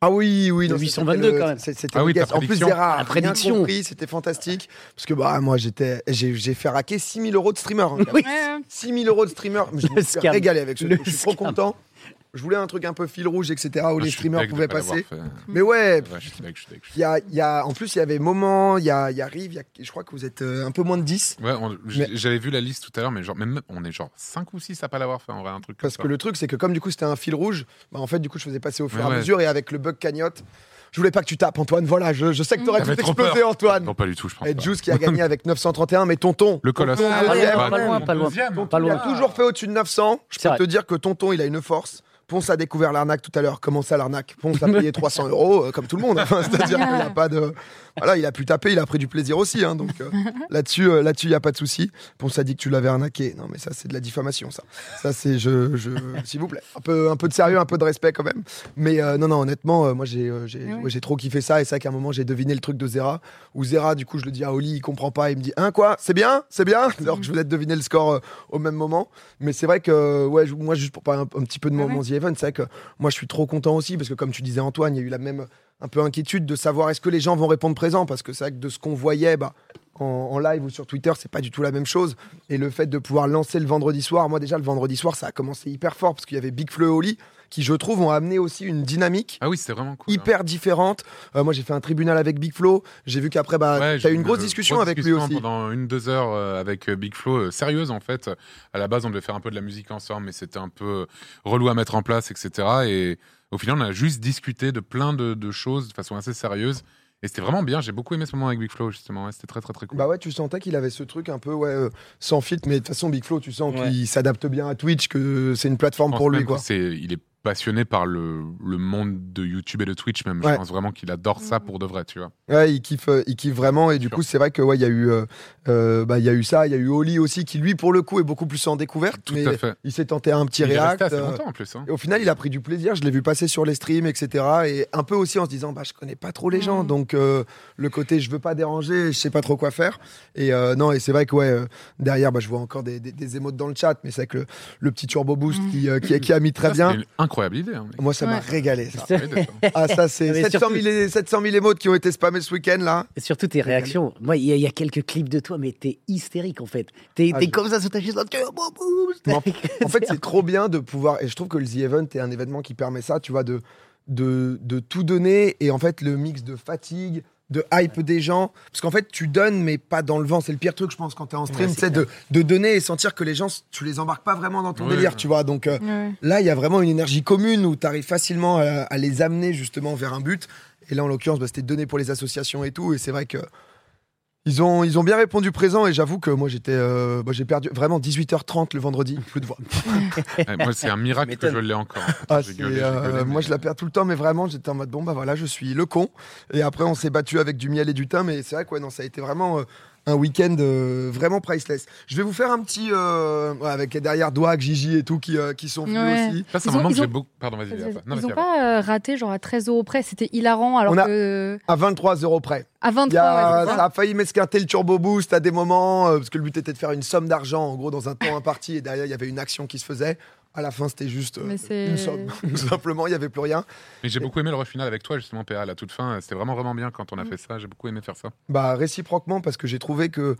Ah oui, oui,
Le
non,
822
c'était le-
quand même.
c'est- C'était
Ah oui,
le
ta
guest. En plus,
prédiction.
Zera,
La
rien
prédiction.
compris, c'était fantastique. Parce que bah, moi, j'étais, j'ai j'ai fait raquer 6000 euros de streamer. hein,
Oui.
Ouais, ouais.
6000 euros de streamer. Je me suis
scam.
régalé avec ce
Le
truc. Je suis trop
scam.
content. Je voulais un truc un peu fil rouge, etc., où
Ah,
Oh, les
je suis
streamers
deg de
pouvaient
pas l'avoir
passer.
fait.
Mais ouais,
Ouais, je suis deg, je suis deg, je suis
il y a, il y a- en plus, il y avait Moment, il y a, il y a Rive, il y a- je crois que vous êtes euh, un peu moins de 10.
deg. Ouais, on- j- j'avais vu la liste tout à l'heure, mais genre, même on est genre 5 ou 6 à pas l'avoir fait, en vrai, un truc comme
Parce
ça.
que le truc, c'est que comme du coup, c'était un fil rouge, bah, en fait, du coup, je faisais passer au fur et
Ouais,
à
ouais.
mesure. Et avec le bug cagnotte, je voulais pas que tu tapes, Antoine. Voilà, je, je sais que t'aurais
T'avais
tout
trop peur.
explosé, Antoine.
Non, pas du tout, je pense.
Et
pas.
Juice qui a gagné avec 931, mais tonton.
Le colosse.
Tonton,
Pas
deuxième,
loin, pas loin,
Mon
pas loin.
deuxième.
Pas
il
loin.
a toujours fait au-dessus de 900. Je
C'est
peux
vrai.
te dire que tonton, il a une force. Ponce a découvert l'arnaque tout à l'heure. Comment ça, l'arnaque
[laughs]
Ponce a payé 300 euros, euh, comme tout le monde. Enfin, C'est-à-dire qu'il a pas de. Voilà, il a pu taper, il a pris du plaisir aussi. hein. donc euh, là-dessus, euh, là-dessus, il n'y a pas de souci. Ponce a dit que tu l'avais arnaqué. Non, mais ça, c'est de la diffamation, ça. Ça, c'est. Je, je- S'il vous plaît. Un peu, un peu de sérieux, un peu de respect quand même. Mais euh, non, non, honnêtement, euh, moi, j'ai euh, j'ai
Ah ouais.
ouais, j'ai trop kiffé ça. Et c'est vrai qu'à un moment, j'ai deviné le truc de Zera. Où Zera, du coup, je le dis à Oli, il comprend pas. Il me dit Hein, quoi C'est bien C'est bien Alors que je voulais te deviner le score euh, au même moment. Mais c'est vrai que, ouais, je- moi, juste pour parler un, un petit peu de
Ah
mon,
ouais.
mon The Event, c'est vrai que moi, je suis trop content aussi. Parce que, comme tu disais, Antoine, il y a eu la même un peu inquiétude de savoir est-ce que les gens vont répondre présent. Parce que c'est vrai que de ce qu'on voyait, bah, en, en live ou sur Twitter, c'est pas du tout la même chose. Et le fait de pouvoir lancer le vendredi soir, moi déjà le vendredi soir, ça a commencé hyper fort parce qu'il y avait Big Fleu et Oli qui, je trouve, ont amené aussi une dynamique
Ah oui, c'était vraiment cool. hein.
hyper différente. Euh, moi, j'ai fait un tribunal avec Big Flo. J'ai vu qu'après, bah,
Ouais,
t'as
j'ai
eu une grosse discussion
grosse
avec lui
discussion
aussi.
Pendant une, deux heures euh, avec euh, Big Flo, euh, sérieuse en fait. À la base, on devait faire un peu de la musique ensemble, mais c'était un peu euh, relou à mettre en place, etc. Et au final, on a juste discuté de plein de, de choses de façon assez sérieuse. Et c'était vraiment bien. J'ai beaucoup aimé ce moment avec Big Flo, justement. Ouais, c'était très, très, très cool.
Bah ouais, tu sentais qu'il avait ce truc un peu ouais, euh, sans filtre, mais de toute façon, Big Flo, tu sens
Ouais.
qu'il s'adapte bien à Twitch, que c'est une plateforme
Je pense
pour lui.
même
Quoi.
que c'est- il est passionné par le, le monde de YouTube et de Twitch, même.
Ouais.
Je pense vraiment qu'il adore ça pour de vrai, tu vois.
Ouais, il kiffe, euh, il kiffe vraiment. Et du
Sûr.
coup, c'est vrai que ouais, il y a eu, euh, euh, bah, il y a eu ça, il y a eu Oli aussi qui lui, pour le coup, est beaucoup plus en découverte.
Tout
mais
à fait.
il s'est tenté un petit
Il est
react.
resté assez
euh,
longtemps en plus. hein.
Et au final, il a pris du plaisir. Je l'ai vu passer sur les streams, etc. Et un peu aussi en se disant, bah, je connais pas trop les gens,
Mm.
donc euh, le côté je veux pas déranger, je sais pas trop quoi faire. Et euh, non, et c'est vrai que ouais, euh, derrière, bah, je vois encore des, des, des émotes dans le chat, mais c'est vrai que le, le petit turbo boost
Mm.
qui, euh, qui, qui a mis très
Ça, c'était
bien.
une incroyable idée. hein,
[laughs]
mec.
Moi, ça m'a
Ouais.
régalé.
[laughs]
Ça.
C'est-
Ouais, d'accord.
Ah, ça, c'est
Mais
700 000, et- 700 000 émotes qui ont été spammées ce week-end là.
Et surtout tes réactions. Moi, il y, a- il y a quelques clips de toi, mais t'es hystérique en fait. T'es
Ah,
t'es
je-
comme ça sous ta chaise. dans le cœur, boum, boum.
En En fait, c'est trop bien de pouvoir. Et je trouve que le The Event est un événement qui permet ça, tu vois, de, de, de tout donner. Et en fait, le mix de fatigue, de hype des gens. Parce qu'en fait, tu donnes, mais pas dans le vent. C'est le pire truc, je pense, quand t'es en stream,
Ouais,
c'est de, de donner et sentir que les gens, tu les embarques pas vraiment dans ton
Ouais.
délire, tu vois. Donc. euh,
Ouais.
Là, il y a vraiment une énergie commune où tu arrives facilement à, à les amener justement vers un but. Et là, en l'occurrence, bah, c'était donné pour les associations et tout. Et c'est vrai que ils ont, ils ont bien répondu présent. Et j'avoue que moi, j'étais, euh, moi, j'ai perdu vraiment 18h30 le vendredi, plus de voix.
Ouais, moi, c'est un miracle que
M'étonne.
je l'ai encore.
Ah,
J'ai
c'est,
gueulé, j'ai
euh,
gueulé,
moi,
mais-
je la perds tout le temps, mais vraiment, j'étais en mode bon, bah voilà, je suis le con. Et après, on s'est battu avec du miel et du thym, mais c'est vrai que ouais, non, ça a été vraiment euh, un week-end euh, vraiment priceless. Je vais vous faire un petit euh, ouais, avec derrière Douac, Gigi et tout qui, euh, qui sont venus
Ouais.
aussi.
Ça, c'est un
Ils ont-
moment que
ils
j'ai
ont-
beaucoup. Pardon, vas-y.
Vas-y,
après.
vas-y.
Non,
Ils
vas-y,
ont
après.
pas euh, raté genre à 13 euros près, c'était hilarant alors
On a-
que
À 23 euros près. Il
à
y a-
23. ouais, c'est
ça a failli m'esquinter le turbo boost à des moments, euh, parce que le but était de faire une somme d'argent, en gros, dans un temps imparti, et derrière, il y avait une action qui se faisait. À la fin, c'était juste euh,
Mais c'est-
une somme. [laughs] Tout Simplement, il n'y avait plus rien.
Mais j'ai beaucoup aimé le rush final avec toi, justement, PA, à la toute fin. C'était vraiment, vraiment bien quand on a fait ça. J'ai beaucoup aimé faire ça.
Bah, réciproquement, parce que j'ai trouvé que.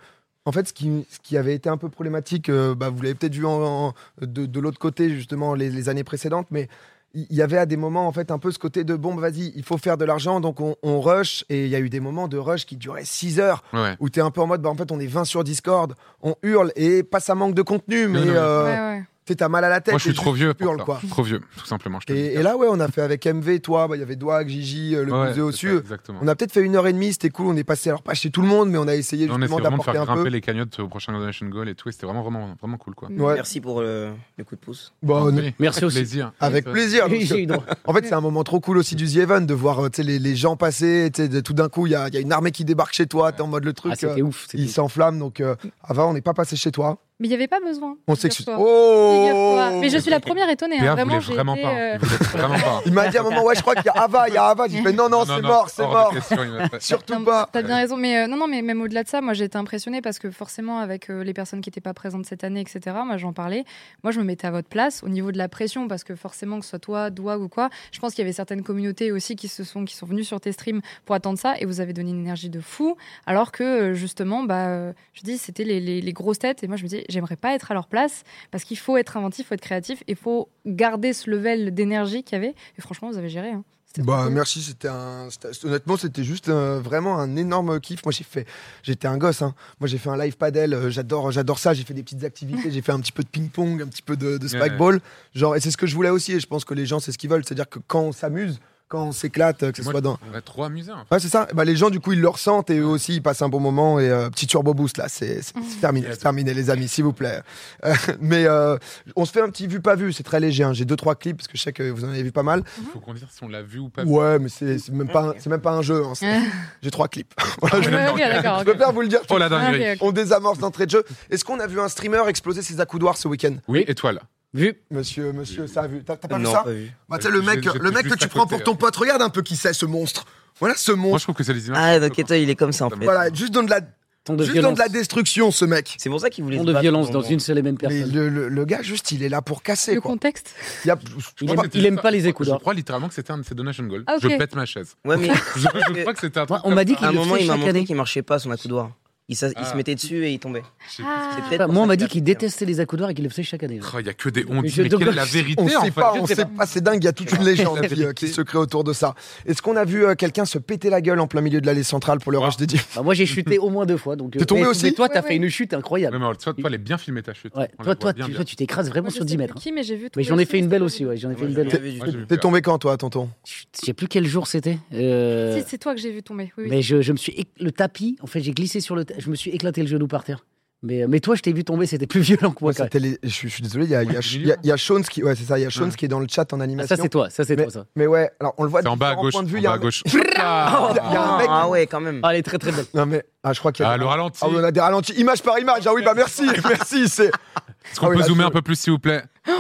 En fait, ce qui, ce qui avait été un peu problématique, euh, bah, vous l'avez peut-être vu en- en- de, de l'autre côté, justement, les, les années précédentes, mais il y avait à des moments en fait un peu ce côté de bon bah, vas-y il faut faire de l'argent donc on, on rush et il y a eu des moments de rush qui duraient 6 heures
Ouais.
où t'es un peu en mode bah en fait on est 20 sur Discord on hurle et pas ça manque de contenu mais
non, mais-
euh,
Ouais, ouais.
t'sais, t'as mal à la tête
Moi, je suis
et
trop
juste
vieux.
tu
Pour
hurles,
ça.
quoi.
Trop vieux, tout simplement. Je te le dis.
Et, et là ouais on a fait avec MV toi bah, il y avait Doig Gigi euh, le
Ouais,
musée
c'est ça,
au-dessus
Exactement.
on a peut-être fait une heure et demie c'était cool on est passé alors pas chez tout le monde mais on a essayé
On essaie
justement
vraiment de
d'apporter
faire
un
grimper
peu
les cagnottes au prochain Donation Goal et tout. Et c'était vraiment, vraiment, vraiment cool, quoi.
Ouais.
Merci pour euh, le coup de pouce.
Bah, on-
Oui,
Merci
avec
aussi.
Plaisir.
avec
Ouais.
plaisir [laughs] donc,
[laughs]
J'ai eu droit.
En fait, c'est un moment trop cool aussi du The Event de voir euh, tu sais, les, les gens passer. tu sais, de- Tout d'un coup, il y a, il y a une armée qui débarque chez toi. T'es en mode le
Ah,
truc, euh,
c'était ouf. c'était
il
ouf.
s'enflamme. Donc, euh, avant, on n'est pas passé chez toi.
Mais il n'y avait pas besoin.
On
figure-toi.
s'excuse. Oh
Figure-toi. Mais je suis la première étonnée.
PA
Hein.
voulait
Vraiment, j'ai
vraiment
été,
pas.
euh,
Il voulait vraiment pas.
Il m'a dit à un moment, ouais, je crois qu'il y a Ava. Il y a Ava.
[laughs]
J'ai fait, non, non, c'est mort, c'est
hors de
mort.
question, il m'a fait-
Surtout
Non,
pas.
T'as bien raison, mais euh, non, non, mais même au-delà de ça, moi j'ai été impressionnée parce que forcément avec euh, les personnes qui n'étaient pas présentes cette année, etc. Moi j'en parlais. Moi je me mettais à votre place au niveau de la pression parce que forcément que ce soit toi, Doig ou quoi, je pense qu'il y avait certaines communautés aussi qui se sont qui sont venues sur tes streams pour attendre ça et vous avez donné une énergie de fou alors que euh, justement bah euh, je dis c'était les, les- les grosses têtes et moi je me dis j'aimerais pas être à leur place parce qu'il faut être inventif, faut être créatif et faut garder ce level d'énergie qu'il y avait. Et franchement vous avez géré. Hein. C'était trop
Bah,
cool.
merci, c'était un. c'était- Honnêtement, c'était juste euh, vraiment un énorme kiff. Moi, j'ai fait. J'étais un gosse. hein. Moi, j'ai fait un live paddle. euh, j'adore, j'adore ça. J'ai fait des petites activités. j'ai fait un petit peu de ping-pong, un petit peu de, de
Ouais.
spikeball. Genre, et c'est ce que je voulais aussi. Et je pense que les gens, c'est ce qu'ils veulent. C'est-à-dire que quand on s'amuse, quand on s'éclate, euh, que ce
Moi,
soit dans.
On va trop amuser. en fait.
Ouais, c'est ça. Bah, les gens, du coup, ils le ressentent et eux aussi, ils passent un bon moment. Et euh, petit turbo boost, là, c'est
Mm.
c'est- c'est terminé,
Yes.
c'est terminé, les amis, s'il vous plaît. Euh, [laughs] mais euh, on se fait un petit vu pas vu, c'est très léger. hein. J'ai deux, trois clips, parce que je sais que vous en avez vu pas mal.
Il faut qu'on dise si on l'a vu ou pas.
Ouais, mais c'est c'est même, pas un- c'est même pas un jeu. hein. C'est- J'ai trois clips. [laughs] Voilà, je,
Ah Ouais, [laughs] ok, d'accord,
je
ok.
préfère vous le dire.
Oh la
Ah, ok,
dinguerie.
ok.
On désamorce d'entrée de jeu. Est-ce qu'on a vu un streamer exploser ses accoudoirs ce week-end
Oui, étoile.
Vu.
Monsieur, monsieur, ça a vu. T'as t'as pas vu
non,
ça
pas vu.
Bah, tu sais, le mec,
J'étais
le mec que
juste
tu
à
prends
côté, hein.
pour ton pote, regarde un peu qui c'est ce monstre. Voilà ce
Moi,
monstre.
je trouve que c'est les images.
Ah, donc et toi, il est comme ça en fait.
Voilà, juste donne de la
Tant de
Juste dans
violence.
de la destruction, ce mec.
C'est pour ça qu'il voulait.
Tant
se
de
battre
violence
pendant-
dans une seule et même
Mais
personne.
le, le- le gars, juste, il est là pour casser.
Le
quoi.
contexte.
Il y a-
Il
Je crois
aime-
que
il aime
c'était
pas
ça.
les
Je
écoudeurs.
crois littéralement que c'était un de ses donation goals.
Ah, ok.
Je pète ma chaise.
Ouais,
[laughs]
mais
Je, je crois que c'était un
Moi,
truc
on m'a dit
comme
qu'il
à un
le
moment,
fait
il m'a
chaque
montré
année.
qu'il marquait pas son accoudoir. Il, s'a- il
Ah.
se mettait dessus et il tombait.
ça. Je sais plus ce
Ah.
que
C'est peut-être
Enfin,
pour
moi, on
ça
m'a
qu'il
dit
a fait
qu'il
ça.
détestait les accoudoirs et qu'il le faisait chaque année. hein.
c'est. Oh, Il y a que des on
Mais
dit,
je
mais quelle est
dommage.
la vérité
on ne
en
sait
fait
pas,
Je
on
sais
sait
pas.
pas. C'est dingue, il y a toute une légende
La
qui, euh,
vérité.
qui se crée autour de ça. Est-ce qu'on a vu euh, quelqu'un se péter la gueule en plein milieu de l'allée centrale pour le
Ah.
rush des dieux
Bah, moi, j'ai chuté au moins deux fois. donc, euh,
T'es tombé
mais-
aussi
mais toi, t'as
Ouais,
fait
ouais.
une chute
Ouais,
incroyable.
mais alors, toi, toi, elle est bien filmée ta chute. On
Ouais.
la
Toi,
voit
toi,
bien,
tu
bien.
toi, tu t'écrases vraiment
Moi, je
sur
sais
10
plus
mètres. hein.
Qui, mais j'ai vu. tous
Mais j'en
les
ai fait
films,
une belle
c'était
aussi, ouais, j'en ai fait
Ouais,
une
j'en ai
belle.
vu, j'ai
Ouais, j'ai vu
Je
T'es
peur.
tombé quand, toi, tonton
je sais plus quel jour c'était. euh,
Si, c'est toi que j'ai vu tomber. Oui, oui.
Mais je, je me suis éc- le tapis, en fait, j'ai glissé sur le, ta- je me suis éclaté le genou par terre. Mais, euh, mais toi, je t'ai vu tomber, c'était plus [laughs] violent que moi.
Moi,
quand même.
c'était les- je, suis- je suis désolé, il y a, il y a-
Ouais,
il y a- il y a Shones qui, ouais, c'est ça, il y a Shones
Ouais.
qui est dans le chat en
Ah,
animation.
ça, c'est toi, ça, c'est toi, ça.
Mais ouais, alors on le voit.
C'est en bas à
différents
gauche.
points de vue,
en
il y a
bas
un
à
mec-
gauche.
Il y a un mec.
Ah ouais, quand même.
Ah, elle est très très belle.
Non mais, ah, je crois qu'il y a.
Ah, le ralenti.
Ah, on a des ralentis, image par image. Ah oui, bah
[laughs]
merci, merci. C'est.
Est-ce qu'on
Ah oui,
peut
là,
zoomer
je-
un peu plus, s'il vous plaît Oh,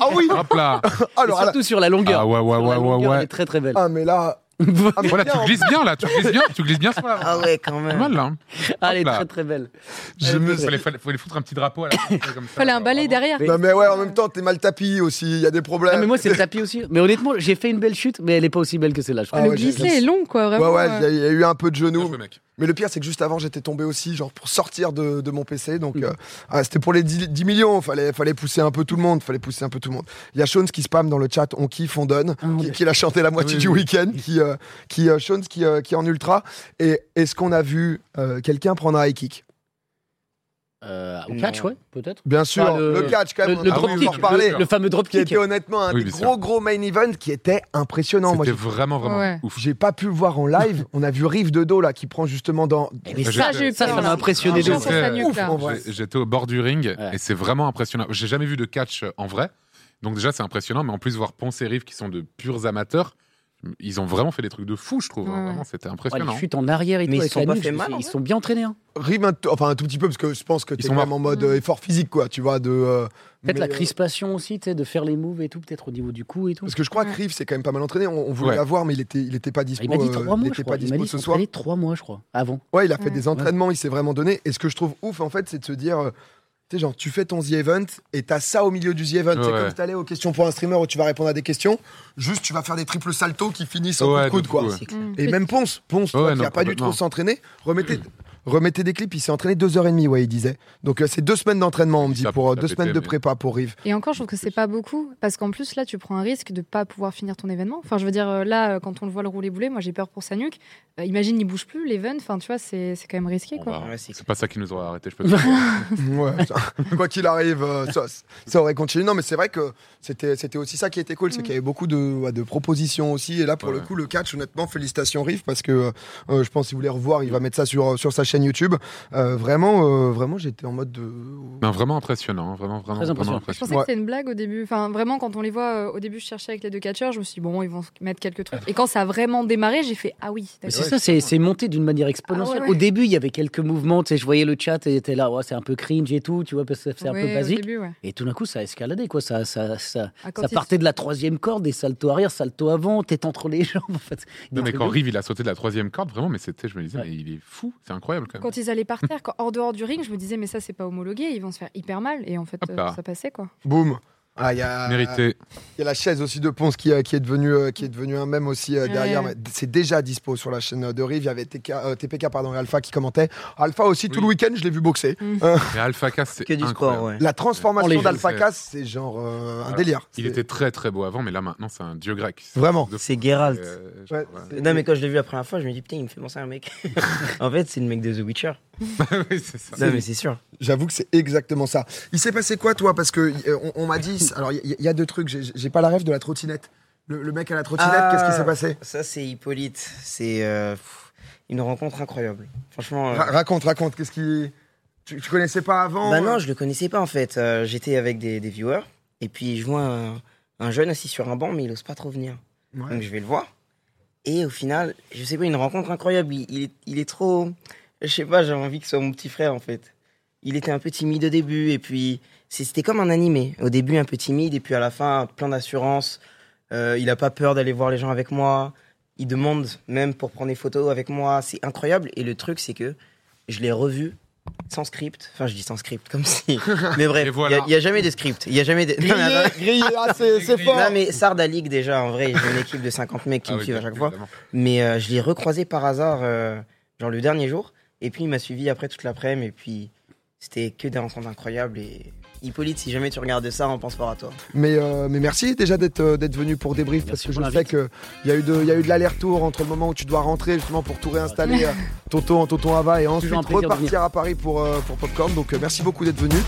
Ah oui.
Hop là
Et
[laughs] [laughs] Alors,
surtout sur la longueur.
Ah ouais, ouais,
Sur la
ouais, ouais,
longueur, Elle
ouais.
est très très belle.
ah mais là, ah, mais
Voilà,
bien,
tu
en
glisses bien là, tu glisses bien, tu glisses bien sur la
Ah ouais, quand
Pas
même.
mal là. hein.
[laughs] Ah, elle est
hop là.
très très belle.
Je me-
Fallait, fallait, fallait foutre un petit drapeau à la fin, comme ça.
Fallait un balai derrière.
Ah, Mais-
Non mais ouais, en même temps, t'es mal tapis aussi. Il y a des problèmes.
Ah, mais moi, c'est le tapis aussi. Mais honnêtement, j'ai fait une belle chute, mais elle est pas aussi belle que celle-là. je crois.
Ah
le
ouais, j'ai-
glissé est long, quoi.
Ouais,
Vraiment.
ouais,
euh.
il y a- il y, a eu un peu de
Bien
genoux.
joué, mec.
Mais le pire, c'est que juste avant, j'étais tombé aussi, genre pour sortir de, de mon PC. Donc,
Mm.
euh, ah, c'était pour les 10, 10 millions. Fallait, fallait pousser un peu tout le monde. Fallait pousser un peu tout le monde. Il y a Shones qui spamme dans le chat On kiffe, on donne.
Ah, on
qui,
donne.
qui l'a chanté la moitié
Oui,
du
oui.
week-end. Qui, euh, qui, euh, Shones qui, euh, qui est en ultra. Et est-ce qu'on a vu euh, quelqu'un prendre un high kick
Euh, au catch,
Non.
ouais, peut-être.
Bien sûr,
Ah, le-
le, catch quand
Le,
même.
le
on a
drop
envie
dropkick,
d'en reparler.
le, le fameux
qui
dropkick.
était honnêtement un
Oui,
des
bien sûr.
gros gros main event qui était impressionnant. Moi,
C'était
j'ai-
vraiment, vraiment
Ouais.
ouf.
j'ai pas pu le voir en
[laughs]
live. on a vu Rive de dos là qui prend justement dans.
Eh, Mais
Moi,
ça,
j'ai-
j'ai eu ça, ça
peur,
m'a
là.
impressionné.
Ah,
de
j'ai
ouf.
fait ça, nul,
ouf,
là.
en vrai.
J'ai- J'étais au bord du ring
Ouais.
et c'est vraiment impressionnant. J'ai jamais vu de catch en vrai, donc déjà c'est impressionnant, mais en plus voir Ponce et Rive qui sont de purs amateurs, ils ont vraiment fait des trucs de fou, je trouve. hein.
Ouais.
Vraiment, c'était
Ouais,
impressionnant.
les chutes en arrière et
Mais
tout,
ils
avec
sont
la
pas
nuque,
fait
je me
mal,
suis dit,
en
ils
vrai
sont bien entraînés. Hein.
Rime un, t- enfin un tout petit peu parce que je pense que
Ils
t'es
sont
quand même
morts.
en mode
Mmh.
euh, effort physique quoi tu vois de euh,
Peut-être
mais,
la
euh,
crispation aussi, tu sais, de faire les moves et tout, peut-être au niveau du cou et tout.
parce que je crois que
Ouais.
Rive c'est quand même pas mal entraîné on, on voulait
Ouais.
l'avoir mais il était il était pas dispo
Il m'a dit
euh,
trois
il
mois,
était
je
pas
crois. Il m'a
dispo
dit
ce
qu'il
soir
s'entraînait trois mois, je crois, avant.
ouais il a fait
Ouais.
des entraînements il s'est vraiment donné et ce que je trouve ouf en fait c'est de se dire euh, tu sais genre tu fais ton The Event et t'as ça au milieu du The Event c'est
Ouais.
comme si t'allais aux questions pour un streamer où tu vas répondre à des questions juste tu vas faire des triples saltos qui finissent en
Ouais,
coup de coude
de
quoi
fou, ouais.
C'est clair.
Mm.
Et même Ponce, Ponce,
Ouais,
qui
non,
n'a pas du
complètement.
tout s'entraîner, remettez. remettez des clips. Il s'est entraîné deux heures et demie, ouais, il disait. Donc euh, c'est deux semaines d'entraînement, on me dit,
Ça,
pour euh,
la
deux semaines de
PTM.
prépa pour Rive.
Et encore, je trouve que c'est pas beaucoup, parce qu'en plus, là, tu prends un risque de pas pouvoir finir ton événement. Enfin, je veux dire, euh, là, euh, quand on le voit le rouler-boulet, moi, j'ai peur pour sa nuque. Euh, imagine, il bouge plus, l'event. Enfin, tu vois, c'est c'est quand même risqué,
On
quoi.
va-
Ouais, c'est
c'est pas ça qui nous aura arrêté, je peux te dire.
Ouais, ça- [laughs] quoi qu'il arrive, euh, ça, ça aurait continué. Non, mais c'est vrai que c'était c'était aussi ça qui était cool, c'est
Mm.
qu'il y avait beaucoup de, ouais, de propositions aussi. Et là, pour
Ouais.
le coup, le catch, honnêtement, félicitations Riff, parce que euh, je pense si vous voulez revoir, il va mettre ça sur, sur sa chaîne YouTube. Euh, vraiment, euh, vraiment, j'étais en mode de.
Non, vraiment impressionnant, hein, vraiment, vraiment,
Très
vraiment
impressionnant.
Je pensais
impressionnant.
que
Ouais.
c'était une blague au début. Enfin, vraiment, quand on les voit euh, au début, je cherchais avec les deux catcheurs, je me suis dit, bon, ils vont mettre quelques trucs. Et quand ça a vraiment démarré, j'ai fait, ah oui,
Mais
d'accord.
c'est ça, c'est, c'est monté d'une manière exponentielle.
Ah ouais, ouais.
Au début, il y avait quelques mouvements, tu sais, je voyais le chat et était là, ouais, c'est un peu cringe et tout, tu vois, parce que c'est un
Ouais,
peu
au
basique.
début, ouais.
Et tout d'un coup, ça a escaladé, quoi. Ça, ça, ça,
Ah, quand
ça
ils-
partait de la troisième corde, des saltos arrière, salto avant, tête entre les [laughs] jambes. En fait. Des
Non, mais
trucs
quand
de-
Rive, il a sauté de la troisième corde, vraiment, mais c'était, je me disais,
Ouais.
mais il est fou, c'est incroyable quand même.
Quand ils allaient par terre, quand, hors dehors du ring, je me disais, mais ça, c'est pas homologué, ils vont se faire hyper mal. Et en fait,
Hop
euh,
là.
ça passait, quoi.
Boum! Ah, il y a-
Mérité.
Il y a la chaise aussi de Ponce qui, euh, qui est devenue euh, qui est devenue un même aussi euh,
Ouais.
derrière. mais C'est déjà dispo sur la chaîne euh, de Rive. Il y avait TK, euh, TPK pardon, et Alpha qui commentait. Alpha aussi tout
Oui.
le week-end, je l'ai vu boxer.
Mm.
Euh,
Mais Alpha Cass, c'est
que du
incroyable.
sport, ouais.
la
On les
transformation
joue,
d'Alpha
c'est-
Cass, c'est genre euh, un
Voilà.
délire.
Il
C'est-
était très très beau avant, mais là maintenant c'est un dieu grec.
Vraiment.
De fou.
C'est Geralt.
Euh, genre,
Ouais,
ouais.
c'est-
Non, mais quand je l'ai vu la première fois, je me dis, putain, il me fait penser à un [laughs] mec. en fait, c'est le mec de The Witcher.
[laughs] Oui, c'est ça.
Non, mais c'est sûr.
J'avoue que c'est exactement ça. Il s'est passé quoi toi Parce que euh, on, on m'a dit. Alors il y, il y a deux trucs. J'ai- J'ai pas la rêve de la trottinette. Le, le mec à la trottinette,
Ah.
qu'est-ce qui s'est passé
Ça, c'est Hippolyte. C'est euh, pff, une rencontre incroyable. Franchement. euh,
Ra- Raconte, raconte. Qu'est-ce qui tu, tu connaissais pas avant
Bah non, je le connaissais pas en fait. Euh, J'étais avec des, des viewers et puis je vois un, un jeune assis sur un banc mais il ose pas trop venir.
Ouais.
Donc je vais le voir. Et au final, je sais pas, une rencontre incroyable. Il, il est, il est trop. Je sais pas, j'avais envie que ce soit mon petit frère en fait. Il était un peu timide au début et puis c'est- c'était comme un animé. Au début un peu timide et puis à la fin plein d'assurance. Euh, il a pas peur d'aller voir les gens avec moi. Il demande même pour prendre des photos avec moi. C'est incroyable. Et le truc c'est que je l'ai revu sans script. Enfin je dis sans script comme si. Mais bref,
Et
il
voilà.
y, a jamais de script. Il y a jamais de.
[laughs]
Non, mais
Grillé,
attends.
grillé, ah, c'est c'est fort.
Non, mais Sarda League, déjà, en vrai, ils ont une équipe de 50 mecs qui
Ah
me
oui,
suivent à
bien
chaque fois.
évidemment.
Mais euh, je l'ai recroisé par hasard, euh, genre le dernier jour. Et puis, il m'a suivi après toute l'après-midi. Et puis, c'était que des rencontres incroyables. Et Hippolyte, si jamais tu regardes ça, on pense fort à toi.
Mais, euh, mais merci déjà d'être euh, d'être venu pour débrief
Merci
parce que
pour
je sais
l'invite.
qu'il y a eu de, il y a eu de l'aller-retour entre le moment où tu dois rentrer justement pour tout réinstaller euh, Tonton en Tonton Ava et ensuite
un plaisir de
repartir à Paris pour, euh, pour Popcorn. Donc euh, merci beaucoup d'être venu.